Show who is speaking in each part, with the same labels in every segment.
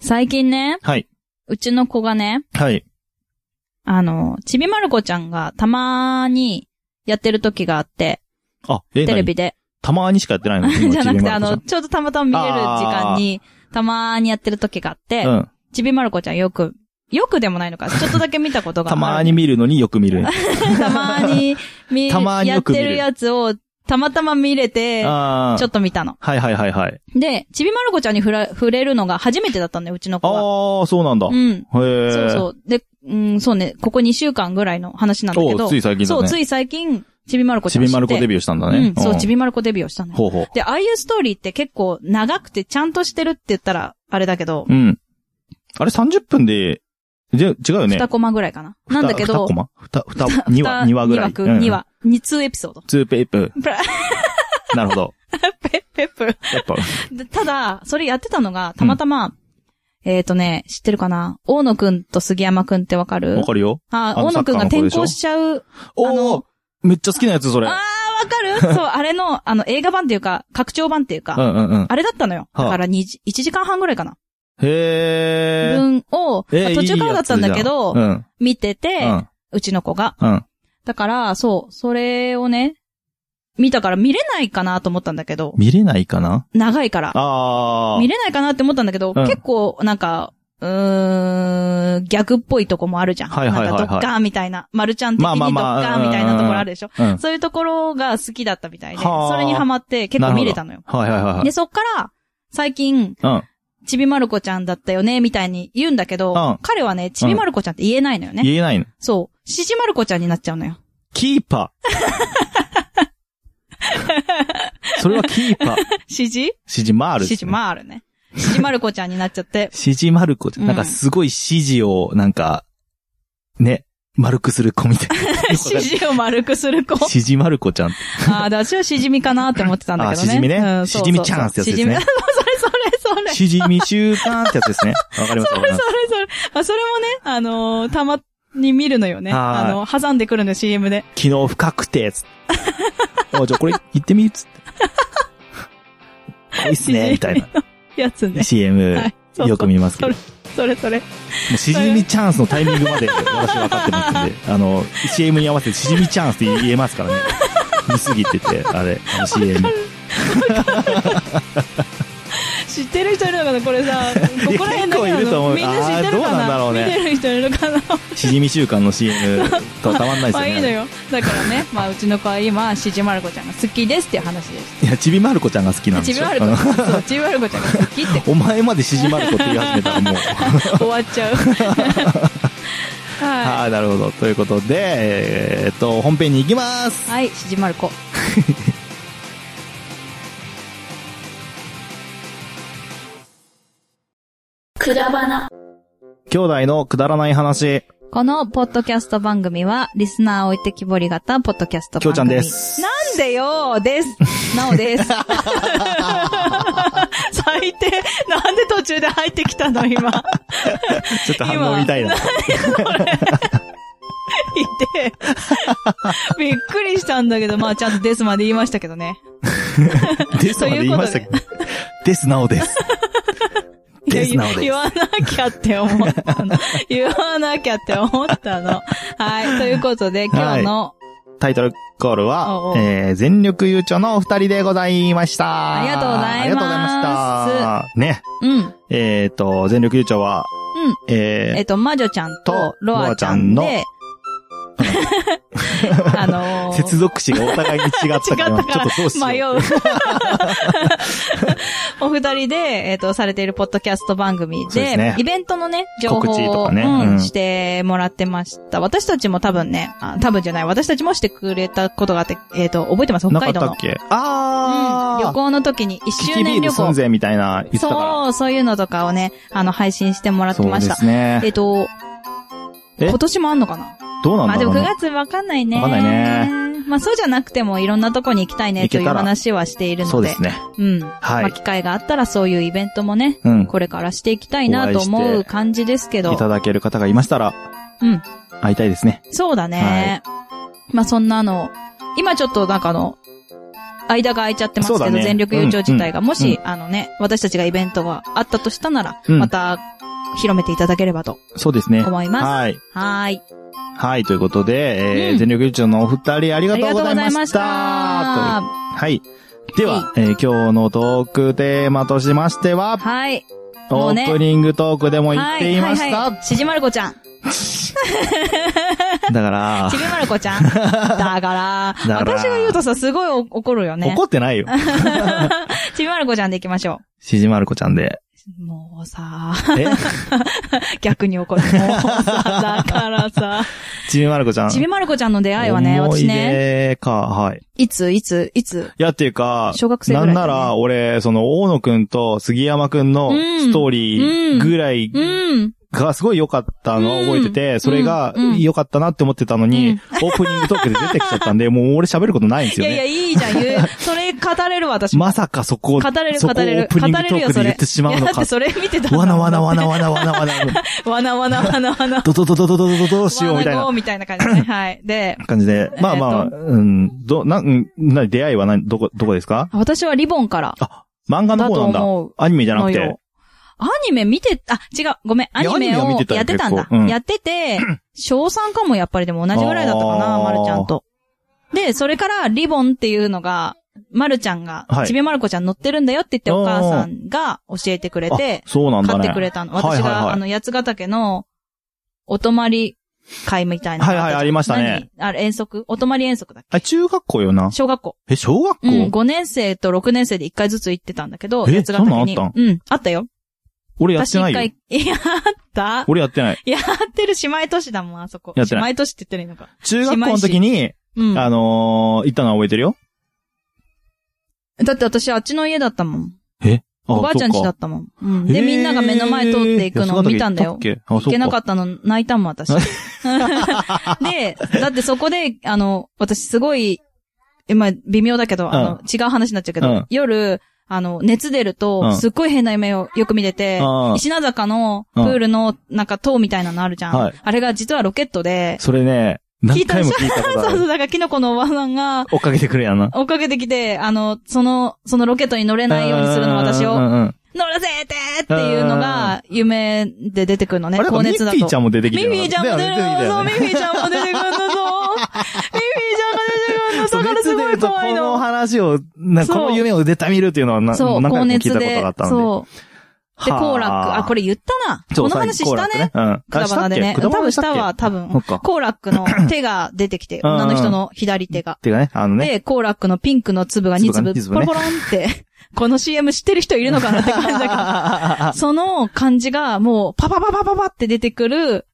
Speaker 1: 最近ね、
Speaker 2: はい。
Speaker 1: うちの子がね、
Speaker 2: はい。
Speaker 1: あの、ちびまる子ちゃんがたまにやってる時があって、
Speaker 2: あ、え、
Speaker 1: テレ
Speaker 2: 何
Speaker 1: ビで。
Speaker 2: たまにしかやって ないの
Speaker 1: じゃなくて、あ、
Speaker 2: 今
Speaker 1: の、
Speaker 2: ち
Speaker 1: ちょうどたまたま見れる時間に、たまにやってる時があって、
Speaker 2: びまる子ちゃんうん。
Speaker 1: ちびまる子ちゃんよく、よくでもないのか、ちょっとだけ見たことがあ
Speaker 2: た
Speaker 1: る。
Speaker 2: まに見るのによく見る。
Speaker 1: たまに見、
Speaker 2: たまに
Speaker 1: やっ
Speaker 2: よく見
Speaker 1: て
Speaker 2: る
Speaker 1: るやつを、たまたま見れて、
Speaker 2: ああ。
Speaker 1: ちょっと見たの。
Speaker 2: はいはいはいはい。
Speaker 1: で、ちびまる子ちゃんに触ら触れるのが初めてだったんだよ、うちの子は。
Speaker 2: ああ、そうなんだ。
Speaker 1: うん。
Speaker 2: へえ。
Speaker 1: そうそう。で、うん、そうね、ここ2週間ぐらいの話なんだけ
Speaker 2: お
Speaker 1: ど。
Speaker 2: うつい最近だ
Speaker 1: そ
Speaker 2: ね
Speaker 1: う、つい最近、ちびまる子ち
Speaker 2: ち
Speaker 1: ゃん知
Speaker 2: び
Speaker 1: って。
Speaker 2: まる子デ
Speaker 1: ビ
Speaker 2: ビューしたんだね。
Speaker 1: うん、そう、ち
Speaker 2: び。
Speaker 1: びまる子デビューしたのよ。
Speaker 2: ほうほう。
Speaker 1: で、ああいうストーリーって結構長くてちゃんとしてるって言ったら、あれだけど、
Speaker 2: うん。あれ30分で、で、違うよね。
Speaker 1: 2コマぐらいかな。なんだけ
Speaker 2: 2
Speaker 1: ど
Speaker 2: コ、マ ?2、2、2話、
Speaker 1: 二
Speaker 2: 2話ぐらい。
Speaker 1: 二話、2話、二通エピ ソード。
Speaker 2: うん。2ペープ。
Speaker 1: プラ
Speaker 2: なるほど。
Speaker 1: ペッペップ。
Speaker 2: やっぱ。
Speaker 1: でただ、それやってたのが、たまたま、えっ、とね、知ってるかな大野くんと杉山くんってわかる
Speaker 2: わかるよ。
Speaker 1: あ、
Speaker 2: あの
Speaker 1: 大野くんが
Speaker 2: サッカ
Speaker 1: 転
Speaker 2: ーの子でしょ
Speaker 1: 校しちゃう。あ
Speaker 2: お
Speaker 1: の
Speaker 2: おめっちゃ好きなやつ、それ。
Speaker 1: あー、 わかるそう、あれの、あの、映画版っていうか、拡張版っていうか、
Speaker 2: うんうんうん。
Speaker 1: あれだったのよ。
Speaker 2: はあ
Speaker 1: だから2時、1時間半ぐらいかな。
Speaker 2: へー
Speaker 1: 分を、
Speaker 2: え
Speaker 1: まあ
Speaker 2: ー。
Speaker 1: 途中からだったんだけど、
Speaker 2: いいやつじゃんうん。
Speaker 1: 見てて、
Speaker 2: う。
Speaker 1: うんちの子が。
Speaker 2: うん。
Speaker 1: だから、そう、それをね、見たから見れないかなと思ったんだけど、
Speaker 2: 見れないかな
Speaker 1: 長いから。
Speaker 2: ああ。
Speaker 1: 見れないかなって思ったんだけど、
Speaker 2: うん
Speaker 1: 結構、なんか、うーん、逆っぽいとこもあるじゃん。
Speaker 2: はいはいはいはい
Speaker 1: なんかドッカーンみたいな、マルちゃん的
Speaker 2: まあ
Speaker 1: にド
Speaker 2: まあ
Speaker 1: ッ
Speaker 2: まあ
Speaker 1: カーンみたいなところあるでしょ。
Speaker 2: うん。
Speaker 1: そういうところが好きだったみたいで、
Speaker 2: はあ
Speaker 1: それにハマって結構見れたのよ。
Speaker 2: はいはいはいはい。
Speaker 1: で、そっから、最近、
Speaker 2: うん。
Speaker 1: ちびまる子ちゃんだったよね、みたいに言うんだけど、
Speaker 2: うん
Speaker 1: 彼はね、ちびまる子ちゃんって言えないのよね。
Speaker 2: 言えないの。
Speaker 1: そう。しじまる子ちゃんになっちゃうのよ。
Speaker 2: キーパー。 それはキーパー。
Speaker 1: しじ
Speaker 2: シジマールですね。
Speaker 1: しじまるね。しじまる子ちゃんになっちゃ って。
Speaker 2: シジマルコって、
Speaker 1: うん
Speaker 2: なんかすごい指示を、なんか、ね、丸くする子みたい な。
Speaker 1: しじを丸くする 子。
Speaker 2: シジマルコち ゃん。
Speaker 1: ああ、だ私はしじみかなって思ってたんだけどね。
Speaker 2: あしじみね
Speaker 1: うんそうそうそう
Speaker 2: しじみちゃんってやつで
Speaker 1: しじ
Speaker 2: すね
Speaker 1: み それそれそれ。
Speaker 2: シジミ習慣ってやつですね。わかりますわかります。
Speaker 1: それそれ。まあ、それもね、あのーたまに見るのよね。
Speaker 2: はい
Speaker 1: あの、挟んでくるの CM で。
Speaker 2: 昨日深くて、 つって。おじゃあこれ行ってみ、つって。いいっすね、みたいな。
Speaker 1: やつね。
Speaker 2: CM
Speaker 1: はい。そうそう
Speaker 2: よく見ますけど。
Speaker 1: れ
Speaker 2: も
Speaker 1: それそれ。
Speaker 2: うシジミチャンスのタイミング まで私分かってますんで、あの、CM に合わせてシジミチャンスって言 えますからね。見すぎてて、あれ、あの CM。
Speaker 1: 知ってる人いるのかなこれさ、ここら辺だけ
Speaker 2: 結構いると
Speaker 1: な
Speaker 2: 思
Speaker 1: の
Speaker 2: う
Speaker 1: みんな知ってるか
Speaker 2: あーどうなんだろ
Speaker 1: な
Speaker 2: うね
Speaker 1: 見てる人いるのかな
Speaker 2: シジミ習慣の CM とたまんないですよね。
Speaker 1: まあいいのよ。だからね、まあうちの子は今、しじまる子ちゃんが好きですっていう話で
Speaker 2: いや、ちびまる子ちゃんが好きなん
Speaker 1: す。
Speaker 2: で
Speaker 1: ち
Speaker 2: す
Speaker 1: び
Speaker 2: よ。
Speaker 1: まる子ちゃん、そう、ちびまる子ちゃんが好きって
Speaker 2: お前までしじまる子って言い始めたら もう。
Speaker 1: 終わっちゃう。 は
Speaker 2: ああ、なるほど。ということで、えーっと、本編に行きます
Speaker 1: い。。はい、しじまる子。
Speaker 3: くだばな。
Speaker 2: 兄弟のくだらない話。
Speaker 1: このポッドキャスト番組は、リスナー置いてきぼり型ポッドキャスト
Speaker 2: きょ
Speaker 1: 番
Speaker 2: うちゃ
Speaker 1: 組。
Speaker 2: んです。
Speaker 1: なんでよです。なおです。最低。なんで途中で入ってきたの今。
Speaker 2: ちょっと反応みたいな。
Speaker 1: いて、びっくりしたんだけど、まあちゃんとですまで言いましたけどね。
Speaker 2: ですまで言いましたけど。ですなおです。ですなおです
Speaker 1: いや言わなきゃって思ったの。言わなきゃって思ったの。はい。ということで、今日の、
Speaker 2: タイトルコール
Speaker 1: おう
Speaker 2: は
Speaker 1: お、う
Speaker 2: えー、全力優勝のお二人でございました。
Speaker 1: ありがとうございます
Speaker 2: ありがとうございました。ね。
Speaker 1: うん。
Speaker 2: えーっと、全力優勝は、
Speaker 1: うん。
Speaker 2: えー
Speaker 1: えっと、魔女ちゃんと
Speaker 2: と、
Speaker 1: ロアちゃん
Speaker 2: ロ
Speaker 1: で、 あのー
Speaker 2: 接続詞がお互いに違ったから、
Speaker 1: 違ったか
Speaker 2: ちょっとどうしよう。
Speaker 1: 迷う。 お二人で、えっ、と、されているポッドキャスト番組
Speaker 2: そうで
Speaker 1: で、
Speaker 2: すね
Speaker 1: イベントのね、情報を
Speaker 2: 告知とかね
Speaker 1: うん
Speaker 2: うん
Speaker 1: してもらってました。私たちも多分ね、あ多分じゃない、私たちもしてくれたことがあって、えっ、と、覚えてます北
Speaker 2: な
Speaker 1: 海道
Speaker 2: かった
Speaker 1: のう
Speaker 2: っ。け
Speaker 1: ん
Speaker 2: あー、
Speaker 1: 旅行の時に、一
Speaker 2: キ
Speaker 1: 周
Speaker 2: キビ
Speaker 1: 年
Speaker 2: ール
Speaker 1: 旅
Speaker 2: すん
Speaker 1: 行。
Speaker 2: ぜみたいな言ってたか
Speaker 1: そう、そういうのとかをね、あの、配信してもらっ
Speaker 2: ら。
Speaker 1: てました。
Speaker 2: そうです
Speaker 1: え
Speaker 2: ね。
Speaker 1: っと、
Speaker 2: え
Speaker 1: 今年もあんのかな
Speaker 2: どうな
Speaker 1: ま
Speaker 2: ん
Speaker 1: あ
Speaker 2: だ
Speaker 1: で
Speaker 2: ろ
Speaker 1: も
Speaker 2: う
Speaker 1: 9
Speaker 2: な。
Speaker 1: 月わかんないね。
Speaker 2: わかんないね
Speaker 1: まあそうじゃなくてもいろんなとこに行きたいね
Speaker 2: 行
Speaker 1: と
Speaker 2: け
Speaker 1: い
Speaker 2: た
Speaker 1: う
Speaker 2: ら
Speaker 1: 話はしているので。
Speaker 2: そうですね。
Speaker 1: うん。
Speaker 2: はい
Speaker 1: まあ機会があったらそういうイベントもね、
Speaker 2: うん。
Speaker 1: これからしていきたいなと
Speaker 2: お会い
Speaker 1: 思
Speaker 2: し
Speaker 1: う
Speaker 2: て
Speaker 1: 感じですけ
Speaker 2: いた
Speaker 1: ど。
Speaker 2: だける方がいましたら、
Speaker 1: うん。
Speaker 2: 会いたいですね。
Speaker 1: そうだね。まあそんなの、今ちょっとなんかあの、間が空いちゃってますけ
Speaker 2: そう
Speaker 1: ど、
Speaker 2: だね
Speaker 1: 全力優勝自体が、
Speaker 2: うん
Speaker 1: もし、
Speaker 2: う
Speaker 1: あのね、私たちがイベントがあったとしたなら、
Speaker 2: うん
Speaker 1: また、広めていただければと
Speaker 2: そうですね。
Speaker 1: 思います。
Speaker 2: はい。
Speaker 1: はーい。
Speaker 2: はい、ということで、えー
Speaker 1: うん
Speaker 2: 全力優勝のお二人ありが
Speaker 1: あり
Speaker 2: とう
Speaker 1: がと
Speaker 2: ご
Speaker 1: う
Speaker 2: ざ
Speaker 1: ご
Speaker 2: い
Speaker 1: ざ
Speaker 2: ま
Speaker 1: いま
Speaker 2: した。
Speaker 1: した。
Speaker 2: はい。では、えー今日のトークテーマとしましては、
Speaker 1: はい。も
Speaker 2: オ
Speaker 1: うね
Speaker 2: ープニングトークでも言っ
Speaker 1: は
Speaker 2: ていました。
Speaker 1: はいはい。しじまる子ちゃん。
Speaker 2: だから
Speaker 1: ち、びまる子ち ゃん。だから、
Speaker 2: だから
Speaker 1: 私が言うとさ、すごいお怒るよね。
Speaker 2: 怒っ てないよ。
Speaker 1: ちびまる子ちゃんでいきましょ
Speaker 2: しじまる子ちゃんで。
Speaker 1: う。もうさ、
Speaker 2: え
Speaker 1: 逆に怒る。もうさ、だからさ。
Speaker 2: ちびまる子ちゃん。
Speaker 1: ちびまる子ちゃんの出会いはね、
Speaker 2: 思
Speaker 1: 私
Speaker 2: い
Speaker 1: ね、
Speaker 2: 出か、はい。
Speaker 1: いつ、いつ、いつ、
Speaker 2: いや、っていうか、
Speaker 1: 小学生ぐらいだね
Speaker 2: なんなら、俺、その、大野くんと杉山くんの
Speaker 1: うん
Speaker 2: ストーリーぐらい
Speaker 1: うん。
Speaker 2: がすごい良かったのを覚えてて、
Speaker 1: うん
Speaker 2: それが
Speaker 1: うん
Speaker 2: 良かったなって思ってたのに、オープニングトークで出てきちゃったんで、もう俺喋ることないんです
Speaker 1: い
Speaker 2: よ
Speaker 1: やいや、
Speaker 2: ね。
Speaker 1: いいじゃん、言 う。それ語れる私も。
Speaker 2: まさかそこを、
Speaker 1: 語れる、
Speaker 2: そ
Speaker 1: 語
Speaker 2: こをオ
Speaker 1: れ
Speaker 2: ー
Speaker 1: る。
Speaker 2: プ
Speaker 1: 語
Speaker 2: ニング
Speaker 1: れ
Speaker 2: ト
Speaker 1: る
Speaker 2: ー
Speaker 1: よ、
Speaker 2: ク
Speaker 1: それ。
Speaker 2: で言ってしまう
Speaker 1: いや
Speaker 2: の
Speaker 1: だっ
Speaker 2: か
Speaker 1: て。それ見てたんだもん
Speaker 2: わなわな わなわなわなわな。
Speaker 1: わなわなわな わな。
Speaker 2: ドドドドドドドドどうしようみたい
Speaker 1: わな
Speaker 2: な
Speaker 1: ごみたいな感じね。はい。で、
Speaker 2: 感じで。まあまあ、
Speaker 1: えっ
Speaker 2: うん、ど、なんうん、な、出会いは何、どこ、どこですか
Speaker 1: 私はリボンから
Speaker 2: 漫画の
Speaker 1: だ
Speaker 2: 方
Speaker 1: と
Speaker 2: なんだ。
Speaker 1: 思う。
Speaker 2: アニメじゃなく
Speaker 1: の
Speaker 2: て
Speaker 1: よ。アニメ見て、あ、違う、ごめん、アニ
Speaker 2: い
Speaker 1: メ
Speaker 2: やアニメは
Speaker 1: を
Speaker 2: 見てたよ
Speaker 1: やってたんだ
Speaker 2: 結。構うん
Speaker 1: やって て、小3かもやっぱりでも同じぐらいだったか
Speaker 2: あ
Speaker 1: な、
Speaker 2: ー
Speaker 1: まるちゃんと。で、それから、リボンっていうのが、まるちゃんが、
Speaker 2: はい
Speaker 1: ちびまる子ちゃん乗ってるんだよって言って
Speaker 2: おー
Speaker 1: お母さんが教えてくれて、
Speaker 2: あそうなんだ
Speaker 1: 買っ
Speaker 2: ね。
Speaker 1: てくれたの。
Speaker 2: はいはい
Speaker 1: 私
Speaker 2: はい
Speaker 1: が、あの、八ヶ岳の、お泊まり会みたいな。
Speaker 2: はいはいありましたね。
Speaker 1: 何あれ、遠足お泊まり遠足だっけ
Speaker 2: あ、中学校よな。
Speaker 1: 小学校。
Speaker 2: え、小学校、
Speaker 1: うん、5年生と6年生で1回ずつ行ってたんだけど、
Speaker 2: え
Speaker 1: 八ヶ岳に。
Speaker 2: そんなんあっ
Speaker 1: うん、あったよ。
Speaker 2: 俺やっ
Speaker 1: 私
Speaker 2: て
Speaker 1: 一
Speaker 2: ないよ
Speaker 1: 回。、 いや、あ った
Speaker 2: 俺やってない。
Speaker 1: やってる姉妹都市だもん、あそこ。
Speaker 2: やってない
Speaker 1: 姉妹都市って言ってるのか。
Speaker 2: 中学校の時に、
Speaker 1: うん。
Speaker 2: あのー、行ったのは覚えてるよ。
Speaker 1: だって私、あっちの家だったもん。
Speaker 2: あ
Speaker 1: おばあちゃん
Speaker 2: そ
Speaker 1: 家
Speaker 2: っ
Speaker 1: だ
Speaker 2: か
Speaker 1: ったもん。うん。で、みんなが目の前通っていくのを見たんだよ。
Speaker 2: えー安ヶ岳行ったっけあ、
Speaker 1: 行
Speaker 2: そ
Speaker 1: けな
Speaker 2: う
Speaker 1: か
Speaker 2: か。
Speaker 1: ったの、泣いたもん、 私。で、だってそこで、あの、私すごい、今、微妙だけど、あの、違う話になっちゃうけど、
Speaker 2: うん
Speaker 1: 夜、あの、熱出る
Speaker 2: う
Speaker 1: と、
Speaker 2: ん
Speaker 1: すっごい変な夢をよく見てて、
Speaker 2: あー
Speaker 1: 石名坂のプールの、なんか塔みたいなのあるじゃん。
Speaker 2: はい
Speaker 1: あれが実はロケットで、
Speaker 2: それね、
Speaker 1: 聞
Speaker 2: 何
Speaker 1: いた
Speaker 2: 回
Speaker 1: でし
Speaker 2: も
Speaker 1: ょ
Speaker 2: 聞いたこ
Speaker 1: そう
Speaker 2: とあ
Speaker 1: そう、
Speaker 2: る。
Speaker 1: だからキノコのおばさんが、
Speaker 2: 追っかけてくるやんな。
Speaker 1: 追っかけてきて、あの、その、そのロケットに乗れないようにするの、私
Speaker 2: うんう
Speaker 1: を、
Speaker 2: んうん
Speaker 1: 乗らせてっていうのが、夢で出てくるのね、
Speaker 2: あれ
Speaker 1: 高熱だと。
Speaker 2: ミッフィーちゃんも出てきて
Speaker 1: ミ
Speaker 2: る
Speaker 1: ミィちゃんも出るの、 そう、ミミィちゃんも出てくるの、そう。ミミィちゃんが出てくるの、だからすごい怖い
Speaker 2: この
Speaker 1: の。
Speaker 2: 話を、なこ
Speaker 1: そう
Speaker 2: の夢を出た見るっていうのはな
Speaker 1: そ
Speaker 2: も
Speaker 1: う、
Speaker 2: 何回
Speaker 1: 高
Speaker 2: も聞い
Speaker 1: 熱
Speaker 2: たことがあ
Speaker 1: で
Speaker 2: っ。たの
Speaker 1: そう。で、好楽。あ、これ言ったな。
Speaker 2: で、
Speaker 1: この話したね。
Speaker 2: うん。
Speaker 1: くだばなでね。多分下は、多分
Speaker 2: そっか。
Speaker 1: 好楽の手が出てきて、
Speaker 2: うん
Speaker 1: 女の人の左手が。
Speaker 2: てかね、あのね。
Speaker 1: で、好楽のピンクの粒が2粒、
Speaker 2: 粒
Speaker 1: ポロ
Speaker 2: が
Speaker 1: ポ
Speaker 2: ね
Speaker 1: ロンって、 この CM 知ってる人いるのかなって感じだ から。その感じが、もう、パパパパパパって出てくる、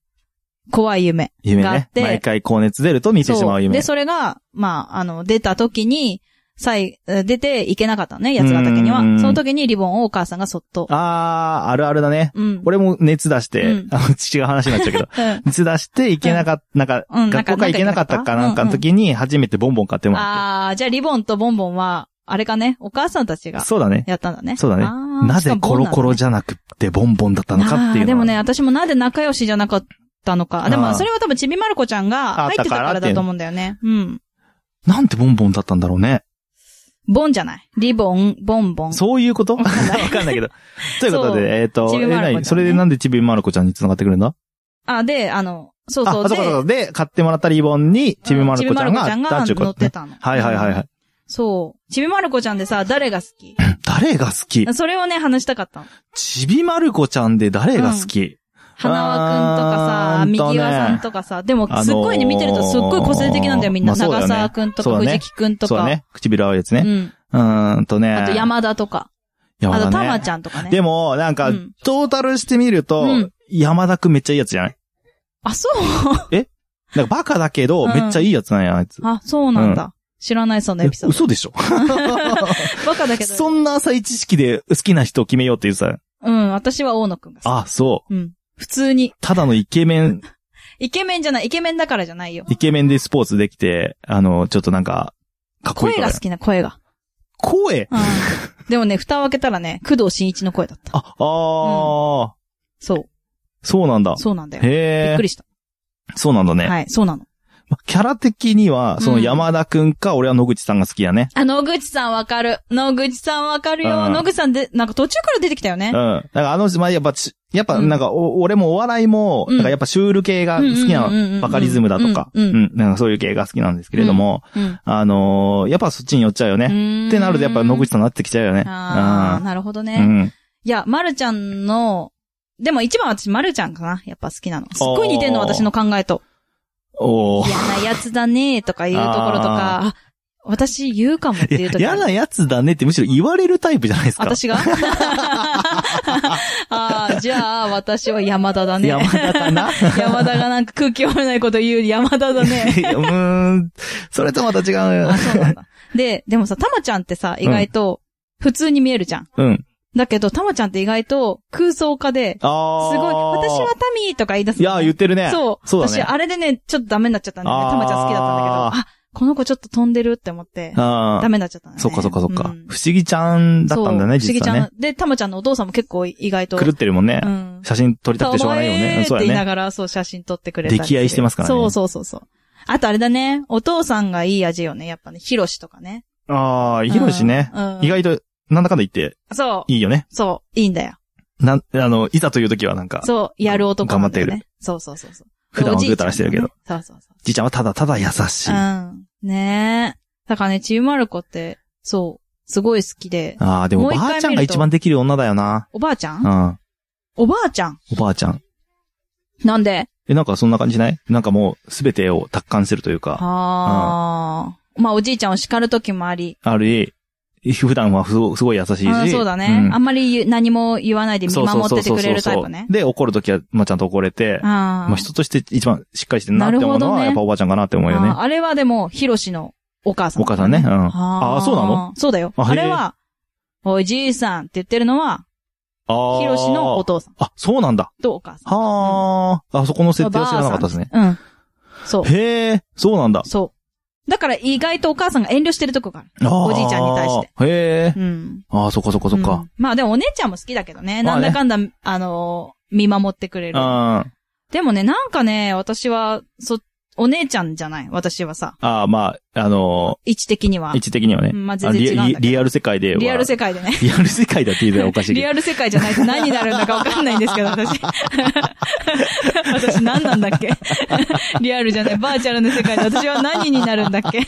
Speaker 1: 怖い夢
Speaker 2: 夢
Speaker 1: があっ
Speaker 2: ね。
Speaker 1: て。
Speaker 2: 毎回高熱出ると見てしまう夢。
Speaker 1: で、それが、まあ、あの、出た時に、さい、え出ていけなかったのね、八ヶ岳には。
Speaker 2: う
Speaker 1: そ
Speaker 2: ん
Speaker 1: の時にリボンをお母さんがそっと。
Speaker 2: あー、あるあるだね。
Speaker 1: うん。
Speaker 2: 俺も熱出し
Speaker 1: う
Speaker 2: て
Speaker 1: ん、
Speaker 2: あの、父が話になっちゃ うけど。
Speaker 1: うん。
Speaker 2: 熱出して行けなかった、なんか、
Speaker 1: うんなん
Speaker 2: 学
Speaker 1: か
Speaker 2: 校から行けなかったかなんかの時に、初めてボンボン買ってもらっ
Speaker 1: あー、じゃあリボンとボンボンは、あれかね、お母さんたち
Speaker 2: て。
Speaker 1: が
Speaker 2: そうだね。
Speaker 1: やったんだね。
Speaker 2: そうだね
Speaker 1: あー
Speaker 2: な
Speaker 1: しか
Speaker 2: ぜ
Speaker 1: も
Speaker 2: コ
Speaker 1: ボン
Speaker 2: ロ
Speaker 1: なの
Speaker 2: コロじゃなくてボンボンだったのかってい
Speaker 1: あー
Speaker 2: う
Speaker 1: で
Speaker 2: の
Speaker 1: も
Speaker 2: は。
Speaker 1: ね、私もなんで仲良しじゃなかったのか。あで
Speaker 2: あ
Speaker 1: も、
Speaker 2: ー
Speaker 1: それは多分ちびまる子ちゃんが入ってたからだと思うんだよね。うん。
Speaker 2: なんてボンボンだったんだろうね。
Speaker 1: ボンじゃない。リボン、ボンボン。
Speaker 2: そうい うことわかんないけど。ということ
Speaker 1: そう
Speaker 2: で、えっと、
Speaker 1: ちび
Speaker 2: え
Speaker 1: まる子ちゃんね
Speaker 2: 何それでなんでちびまる子ちゃんに繋がってくるんだ
Speaker 1: あ、で、あの、そう
Speaker 2: あ、
Speaker 1: そ
Speaker 2: そうう
Speaker 1: で
Speaker 2: かそうか。で、買ってもらったリボンに、ちびまる子ちゃ
Speaker 1: ちびまる
Speaker 2: んが
Speaker 1: 子ちゃん
Speaker 2: あ
Speaker 1: が
Speaker 2: っていうこ
Speaker 1: 乗
Speaker 2: と
Speaker 1: って
Speaker 2: ね。
Speaker 1: たの。
Speaker 2: はいはいはいはい。
Speaker 1: そう。ちびまる子ちゃんでさ、誰が好 き
Speaker 2: 誰が好き
Speaker 1: それをね、話したかったの。
Speaker 2: ちびまる子ちゃんで誰が好き
Speaker 1: 花輪くんとかさ、
Speaker 2: あー
Speaker 1: みぎわさんとかさ、でも
Speaker 2: あの、ー
Speaker 1: すっごいね、見てるとすっごい個性的なんだよ、みんな。
Speaker 2: まあそうだよ
Speaker 1: 長
Speaker 2: ね
Speaker 1: 澤くんと
Speaker 2: そ
Speaker 1: か、
Speaker 2: うだね
Speaker 1: 藤木くんと
Speaker 2: そうだ
Speaker 1: か。
Speaker 2: ね。唇合うやつ
Speaker 1: う
Speaker 2: ね。
Speaker 1: ん。
Speaker 2: うーんとね。
Speaker 1: あと、山田とか。
Speaker 2: 山
Speaker 1: あ
Speaker 2: 田
Speaker 1: と、た
Speaker 2: ね
Speaker 1: まちゃんとかね。
Speaker 2: でも、なんか
Speaker 1: うん、
Speaker 2: トータルしてみると、
Speaker 1: うん
Speaker 2: 山田くんめっちゃいいやつじゃない
Speaker 1: あ、そう。
Speaker 2: なんかバカだけど、
Speaker 1: うん
Speaker 2: めっちゃいいやつなんや、あいつ。
Speaker 1: あ、そうなんだ。知らない、そのエピソー
Speaker 2: え嘘でしょ
Speaker 1: ド。バカだけど。
Speaker 2: そんな浅い知識で好きな人を決めようっていうさ。
Speaker 1: うん、私は大野くんが好き。
Speaker 2: あ、そう。
Speaker 1: うん。普通に。
Speaker 2: ただのイケメン、
Speaker 1: イケメンじゃない、イケメンだからじゃないよ。
Speaker 2: イケメンでスポーツできて、あの、ちょっとなんか、かっこい
Speaker 1: 声
Speaker 2: いから
Speaker 1: が好。きな、声が。
Speaker 2: 声
Speaker 1: うん。でもね、蓋を開けたらね、工藤新一の声だった。
Speaker 2: あ、あー、
Speaker 1: そう。
Speaker 2: そうなんだ。
Speaker 1: そうなんだよ。びっ
Speaker 2: へ
Speaker 1: く
Speaker 2: え、
Speaker 1: りした。
Speaker 2: そうなんだね。
Speaker 1: はい、そうなの。
Speaker 2: キャラ的には、その
Speaker 1: うん
Speaker 2: 山田くんか、俺は野口さんが好きやね。
Speaker 1: あ、野口さんわかる。野口さんわかるよ。
Speaker 2: うん
Speaker 1: 野口さんで、なんか途中から出てきたよ
Speaker 2: う
Speaker 1: ね
Speaker 2: ん。。なんかあの、まあ、やっぱち、やっぱ
Speaker 1: うん
Speaker 2: なんかお、俺もお笑いも、
Speaker 1: うん
Speaker 2: なんかやっぱシュール系が好きな
Speaker 1: うんうんうんうんうん
Speaker 2: バカリズムだとか、
Speaker 1: う
Speaker 2: うん
Speaker 1: うん
Speaker 2: ん、なんかそういう系が好きなんですけれども、
Speaker 1: うん。
Speaker 2: あのーやっぱそっちに寄っちゃうよね。
Speaker 1: っ
Speaker 2: ってなるとやっぱ野口さんになってきちゃうよね。
Speaker 1: ああ、なるほど
Speaker 2: う
Speaker 1: ね。
Speaker 2: ん。
Speaker 1: いや、まるちゃんの、でも一番私、まるちゃんかな。やっぱ好きなの。すっごい似てんの、
Speaker 2: おー
Speaker 1: 私の考えと。
Speaker 2: おー。
Speaker 1: 嫌なやつだね、とかいうところとか、あ私言うかもっていうと
Speaker 2: 嫌なやつだねってむしろ言われるタイプじゃないですか。
Speaker 1: 私が ああ、じゃあ、私は山田だね。
Speaker 2: 山田か な
Speaker 1: 山田がなんか空気読めないこと言う山田だ ね。
Speaker 2: いやうーん。それとまた違うよ
Speaker 1: あ、。そうなんだ。で、でもさ、たまちゃんってさ、意外と、普通に見えるじゃん。
Speaker 2: うん。
Speaker 1: だけど、たまちゃんって意外と空想家で、す
Speaker 2: ああ。
Speaker 1: ごい、私は。タミーとか言い出す
Speaker 2: い
Speaker 1: の
Speaker 2: や、言ってるね。
Speaker 1: そう。
Speaker 2: そうだね
Speaker 1: 私、あれでね、ちょっとダメになっちゃったんだよね。
Speaker 2: あー
Speaker 1: たまちゃん好きだったんだけど、あ、この子ちょっと飛んでるって思って、
Speaker 2: あ
Speaker 1: ダメになっちゃったんだよね。
Speaker 2: そっかそっかそっか。
Speaker 1: うん
Speaker 2: 不思議ちゃんだったんだね、
Speaker 1: そう不思議
Speaker 2: 実
Speaker 1: ち
Speaker 2: は
Speaker 1: ゃ
Speaker 2: ね
Speaker 1: ん。。で、たまちゃんのお父さんも結構意外と。
Speaker 2: 狂ってるもんね。
Speaker 1: うん。
Speaker 2: 写真撮りたくてしょうがないよね。うん
Speaker 1: そ
Speaker 2: そうう
Speaker 1: って言いな
Speaker 2: やね。
Speaker 1: がら、そう、写真撮ってくれたりる。
Speaker 2: 溺愛してますからね
Speaker 1: そうそうそうそう。あとあれだね、お父さんがいい味よね、やっぱね、ヒロシとかね。
Speaker 2: ああ、ヒロシね。
Speaker 1: うん。うん
Speaker 2: 意外と、なんだかんだ言って、
Speaker 1: そう、
Speaker 2: いいよね。
Speaker 1: そう、いいんだよ。
Speaker 2: なん、あの、いざという時はなんか、
Speaker 1: そう、やる男なんだよね
Speaker 2: 頑張っ
Speaker 1: そうそうそうそう。
Speaker 2: 普段は
Speaker 1: おじいちゃ
Speaker 2: ぐうんたらしてるけど
Speaker 1: ね。。そうそうそう。
Speaker 2: じいちゃんはただただ優しい。あ
Speaker 1: うん。ねえ。だからね、ちびまる子って、そう、すごい好きで、
Speaker 2: あー、でも
Speaker 1: もう一
Speaker 2: ば
Speaker 1: 回
Speaker 2: あちゃん
Speaker 1: 見
Speaker 2: が
Speaker 1: ると
Speaker 2: 一番できる女だよな。
Speaker 1: おばあちゃ
Speaker 2: うんん。
Speaker 1: おばあちゃん
Speaker 2: おばあちゃん。
Speaker 1: なんで
Speaker 2: え、なんかそんな感じないなんかもう、すべてを達観してるというか、
Speaker 1: ああ。まあ、おじいちゃんを叱る時もあり。
Speaker 2: ある意味、普段はすごすごい優しい
Speaker 1: あー
Speaker 2: し。
Speaker 1: そうだね。
Speaker 2: ん
Speaker 1: あんまり言う何も言わないで見
Speaker 2: そう
Speaker 1: 守
Speaker 2: そうそ
Speaker 1: っ
Speaker 2: う
Speaker 1: てて
Speaker 2: そう
Speaker 1: くれるタイ
Speaker 2: そ
Speaker 1: プね
Speaker 2: う。で、怒るときは、まあ、ちゃんと怒れて、
Speaker 1: あ
Speaker 2: まあ、人として一番しっかりしてるなって思う
Speaker 1: なる
Speaker 2: のは、
Speaker 1: ほどね
Speaker 2: やっぱおばあちゃんかなって思
Speaker 1: あ
Speaker 2: うよね
Speaker 1: ー。あれはでも、ヒロシのお母さん。
Speaker 2: お母さんね。うん。
Speaker 1: あ
Speaker 2: あ
Speaker 1: ー
Speaker 2: あー、そうなの
Speaker 1: そうだよ。
Speaker 2: あへー
Speaker 1: あれは、おいじいさんって言ってるのは、
Speaker 2: ああ。
Speaker 1: ヒロシのお父さん
Speaker 2: あ、そうなんだ。
Speaker 1: とお母さん。
Speaker 2: はあ。あ、そこの設定は知らなかったですね。
Speaker 1: うん。そう。
Speaker 2: へえ、そうなんだ。
Speaker 1: そう。だから意外とお母さんが遠慮してるとこがある。
Speaker 2: あー
Speaker 1: おじいちゃんに対して。
Speaker 2: へえ。
Speaker 1: うん。
Speaker 2: ああ、そっかそっかそっ
Speaker 1: う
Speaker 2: か
Speaker 1: ん。。まあでもお姉ちゃんも好きだけどね。
Speaker 2: ま
Speaker 1: な
Speaker 2: あ
Speaker 1: ん
Speaker 2: ね
Speaker 1: だかんだ、あのー見守ってくれる。
Speaker 2: あー
Speaker 1: でもね、なんかね、私は、そ、お姉ちゃんじゃない。私はさ、
Speaker 2: あー、まあ、あの
Speaker 1: 位置的には
Speaker 2: ー、位。置的にはね。
Speaker 1: まあ全
Speaker 2: あ
Speaker 1: 然違う
Speaker 2: リ
Speaker 1: んだけ
Speaker 2: リ
Speaker 1: ど
Speaker 2: リアル世界では。
Speaker 1: リアル世界でね。
Speaker 2: リアル世界だって言うのはおかしいけ
Speaker 1: リ
Speaker 2: ど。
Speaker 1: アル世界じゃないと何になるんだかわかんないんですけど、私。 私何なんだっけリアルじゃない、バーチャルの世界で私は何になるんだっけ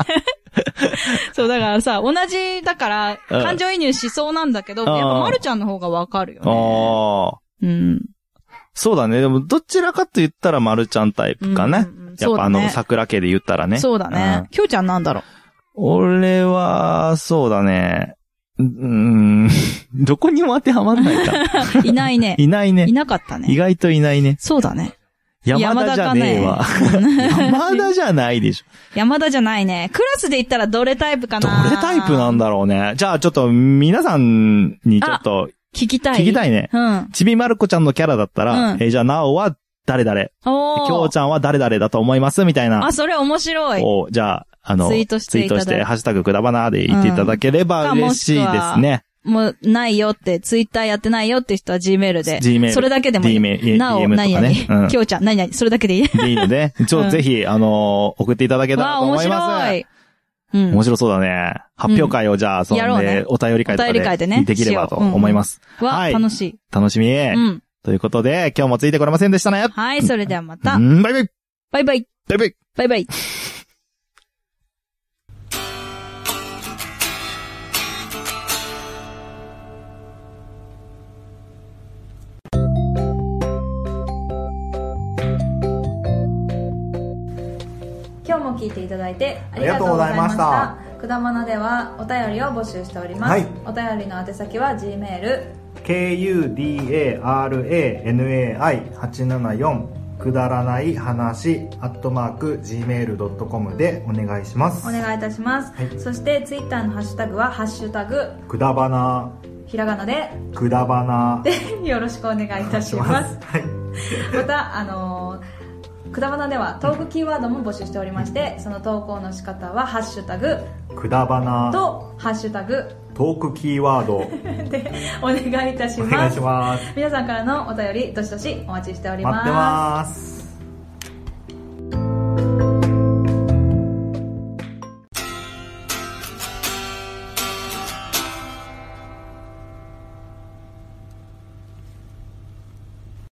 Speaker 1: そう、だからさ、同じだから、
Speaker 2: うん
Speaker 1: 感情移入しそうなんだけど、やっ
Speaker 2: あー
Speaker 1: ぱまるちゃんの方がわかるよね。
Speaker 2: ああ。
Speaker 1: うん。
Speaker 2: そうだね。でも、どちらかと言ったら、まるちゃんタイプかね
Speaker 1: うんうんうん。
Speaker 2: や
Speaker 1: そう
Speaker 2: っぱ
Speaker 1: だ
Speaker 2: あ
Speaker 1: ね
Speaker 2: の、桜家で言ったらね。
Speaker 1: そうだね。きょうちゃんなんだろう
Speaker 2: うん。俺は、そうだね。うーん、 どこにも当てはまんないか。
Speaker 1: いないね。
Speaker 2: いない
Speaker 1: い
Speaker 2: ね。
Speaker 1: なかった
Speaker 2: 意
Speaker 1: ね。
Speaker 2: 外といないね。
Speaker 1: そうだね。
Speaker 2: 山田じゃねえわ。 山田じゃないで しょ。
Speaker 1: 山田じゃないね。クラスで言ったらどれタイプか
Speaker 2: ど
Speaker 1: な
Speaker 2: れタイプなん
Speaker 1: だ
Speaker 2: だろうね。じゃあ、ちょっと、皆さんにちょっと、
Speaker 1: 聞きたい。
Speaker 2: 聞きた
Speaker 1: い。
Speaker 2: いね。
Speaker 1: うん。
Speaker 2: ちびまる子ちゃんのキャラだったら、
Speaker 1: うん
Speaker 2: えーじゃあ、なおは誰々、
Speaker 1: お
Speaker 2: きょう
Speaker 1: ゃ
Speaker 2: ちゃんは誰々だと思いますみたいな
Speaker 1: あ、。それ面白い。
Speaker 2: を、じゃあ、あの、
Speaker 1: ツイートして
Speaker 2: ツイ
Speaker 1: い
Speaker 2: ート
Speaker 1: ただい
Speaker 2: して
Speaker 1: て
Speaker 2: ハッシュタグくだばなで言っていただければ
Speaker 1: うん
Speaker 2: 嬉しいですね。
Speaker 1: もう、ないよって、ツイッターやってないよって人は Gmail で。
Speaker 2: Gmail
Speaker 1: それだけでもいい。
Speaker 2: DM
Speaker 1: なお、
Speaker 2: DM とか
Speaker 1: 何
Speaker 2: ね
Speaker 1: 々。
Speaker 2: うん
Speaker 1: きょうちゃん、何々。それだけでいい。
Speaker 2: でいいので、ち
Speaker 1: う
Speaker 2: ょ、
Speaker 1: ん
Speaker 2: ぜひ、あのー送っていただけたら
Speaker 1: わあ、
Speaker 2: と思
Speaker 1: 面
Speaker 2: います。
Speaker 1: 白い。うん
Speaker 2: 面。白そうだね。発表会をじゃあ、そ
Speaker 1: やろ
Speaker 2: の
Speaker 1: うね
Speaker 2: ね、お便り会と
Speaker 1: お
Speaker 2: か
Speaker 1: 便り会でね
Speaker 2: でできればと
Speaker 1: しよう
Speaker 2: 思います。
Speaker 1: わ
Speaker 2: は
Speaker 1: あ、
Speaker 2: い
Speaker 1: 楽しい。
Speaker 2: 楽しみ。
Speaker 1: うん。
Speaker 2: ということで、今日もついてこれませんでしたね。
Speaker 1: はい、それではまた
Speaker 2: う。んバイバイ
Speaker 1: バイバイ。
Speaker 2: バイバイ
Speaker 1: バイバイ。今日も聞いていただいてありがとうございました
Speaker 4: あ。
Speaker 1: くだまなではお便りを募集しております。
Speaker 4: はい
Speaker 1: お便りの宛先は G メール
Speaker 4: kudaranai874 くだらない話アットマーク gmail.com でお願いします
Speaker 1: お願いいたします。
Speaker 4: はい
Speaker 1: そしてツイッターのハッシュタグはハッシュタグ
Speaker 4: くだばな
Speaker 1: ひらがなで
Speaker 4: くだばな
Speaker 1: でよろしくお願いいたします。
Speaker 4: はい
Speaker 1: またあのーくだばなではトークキーワードも募集しておりましてその投稿の仕方は「ハッシュタグ
Speaker 4: くだば」な
Speaker 1: と「ハッシュタグ
Speaker 4: トークキーワー ド」
Speaker 1: でお願いいたし
Speaker 4: お
Speaker 1: ま
Speaker 4: 願い
Speaker 1: す
Speaker 4: します
Speaker 1: 皆さんからのお便りどしどしお待ちしており
Speaker 4: 待
Speaker 1: ま
Speaker 4: って
Speaker 1: す
Speaker 4: ます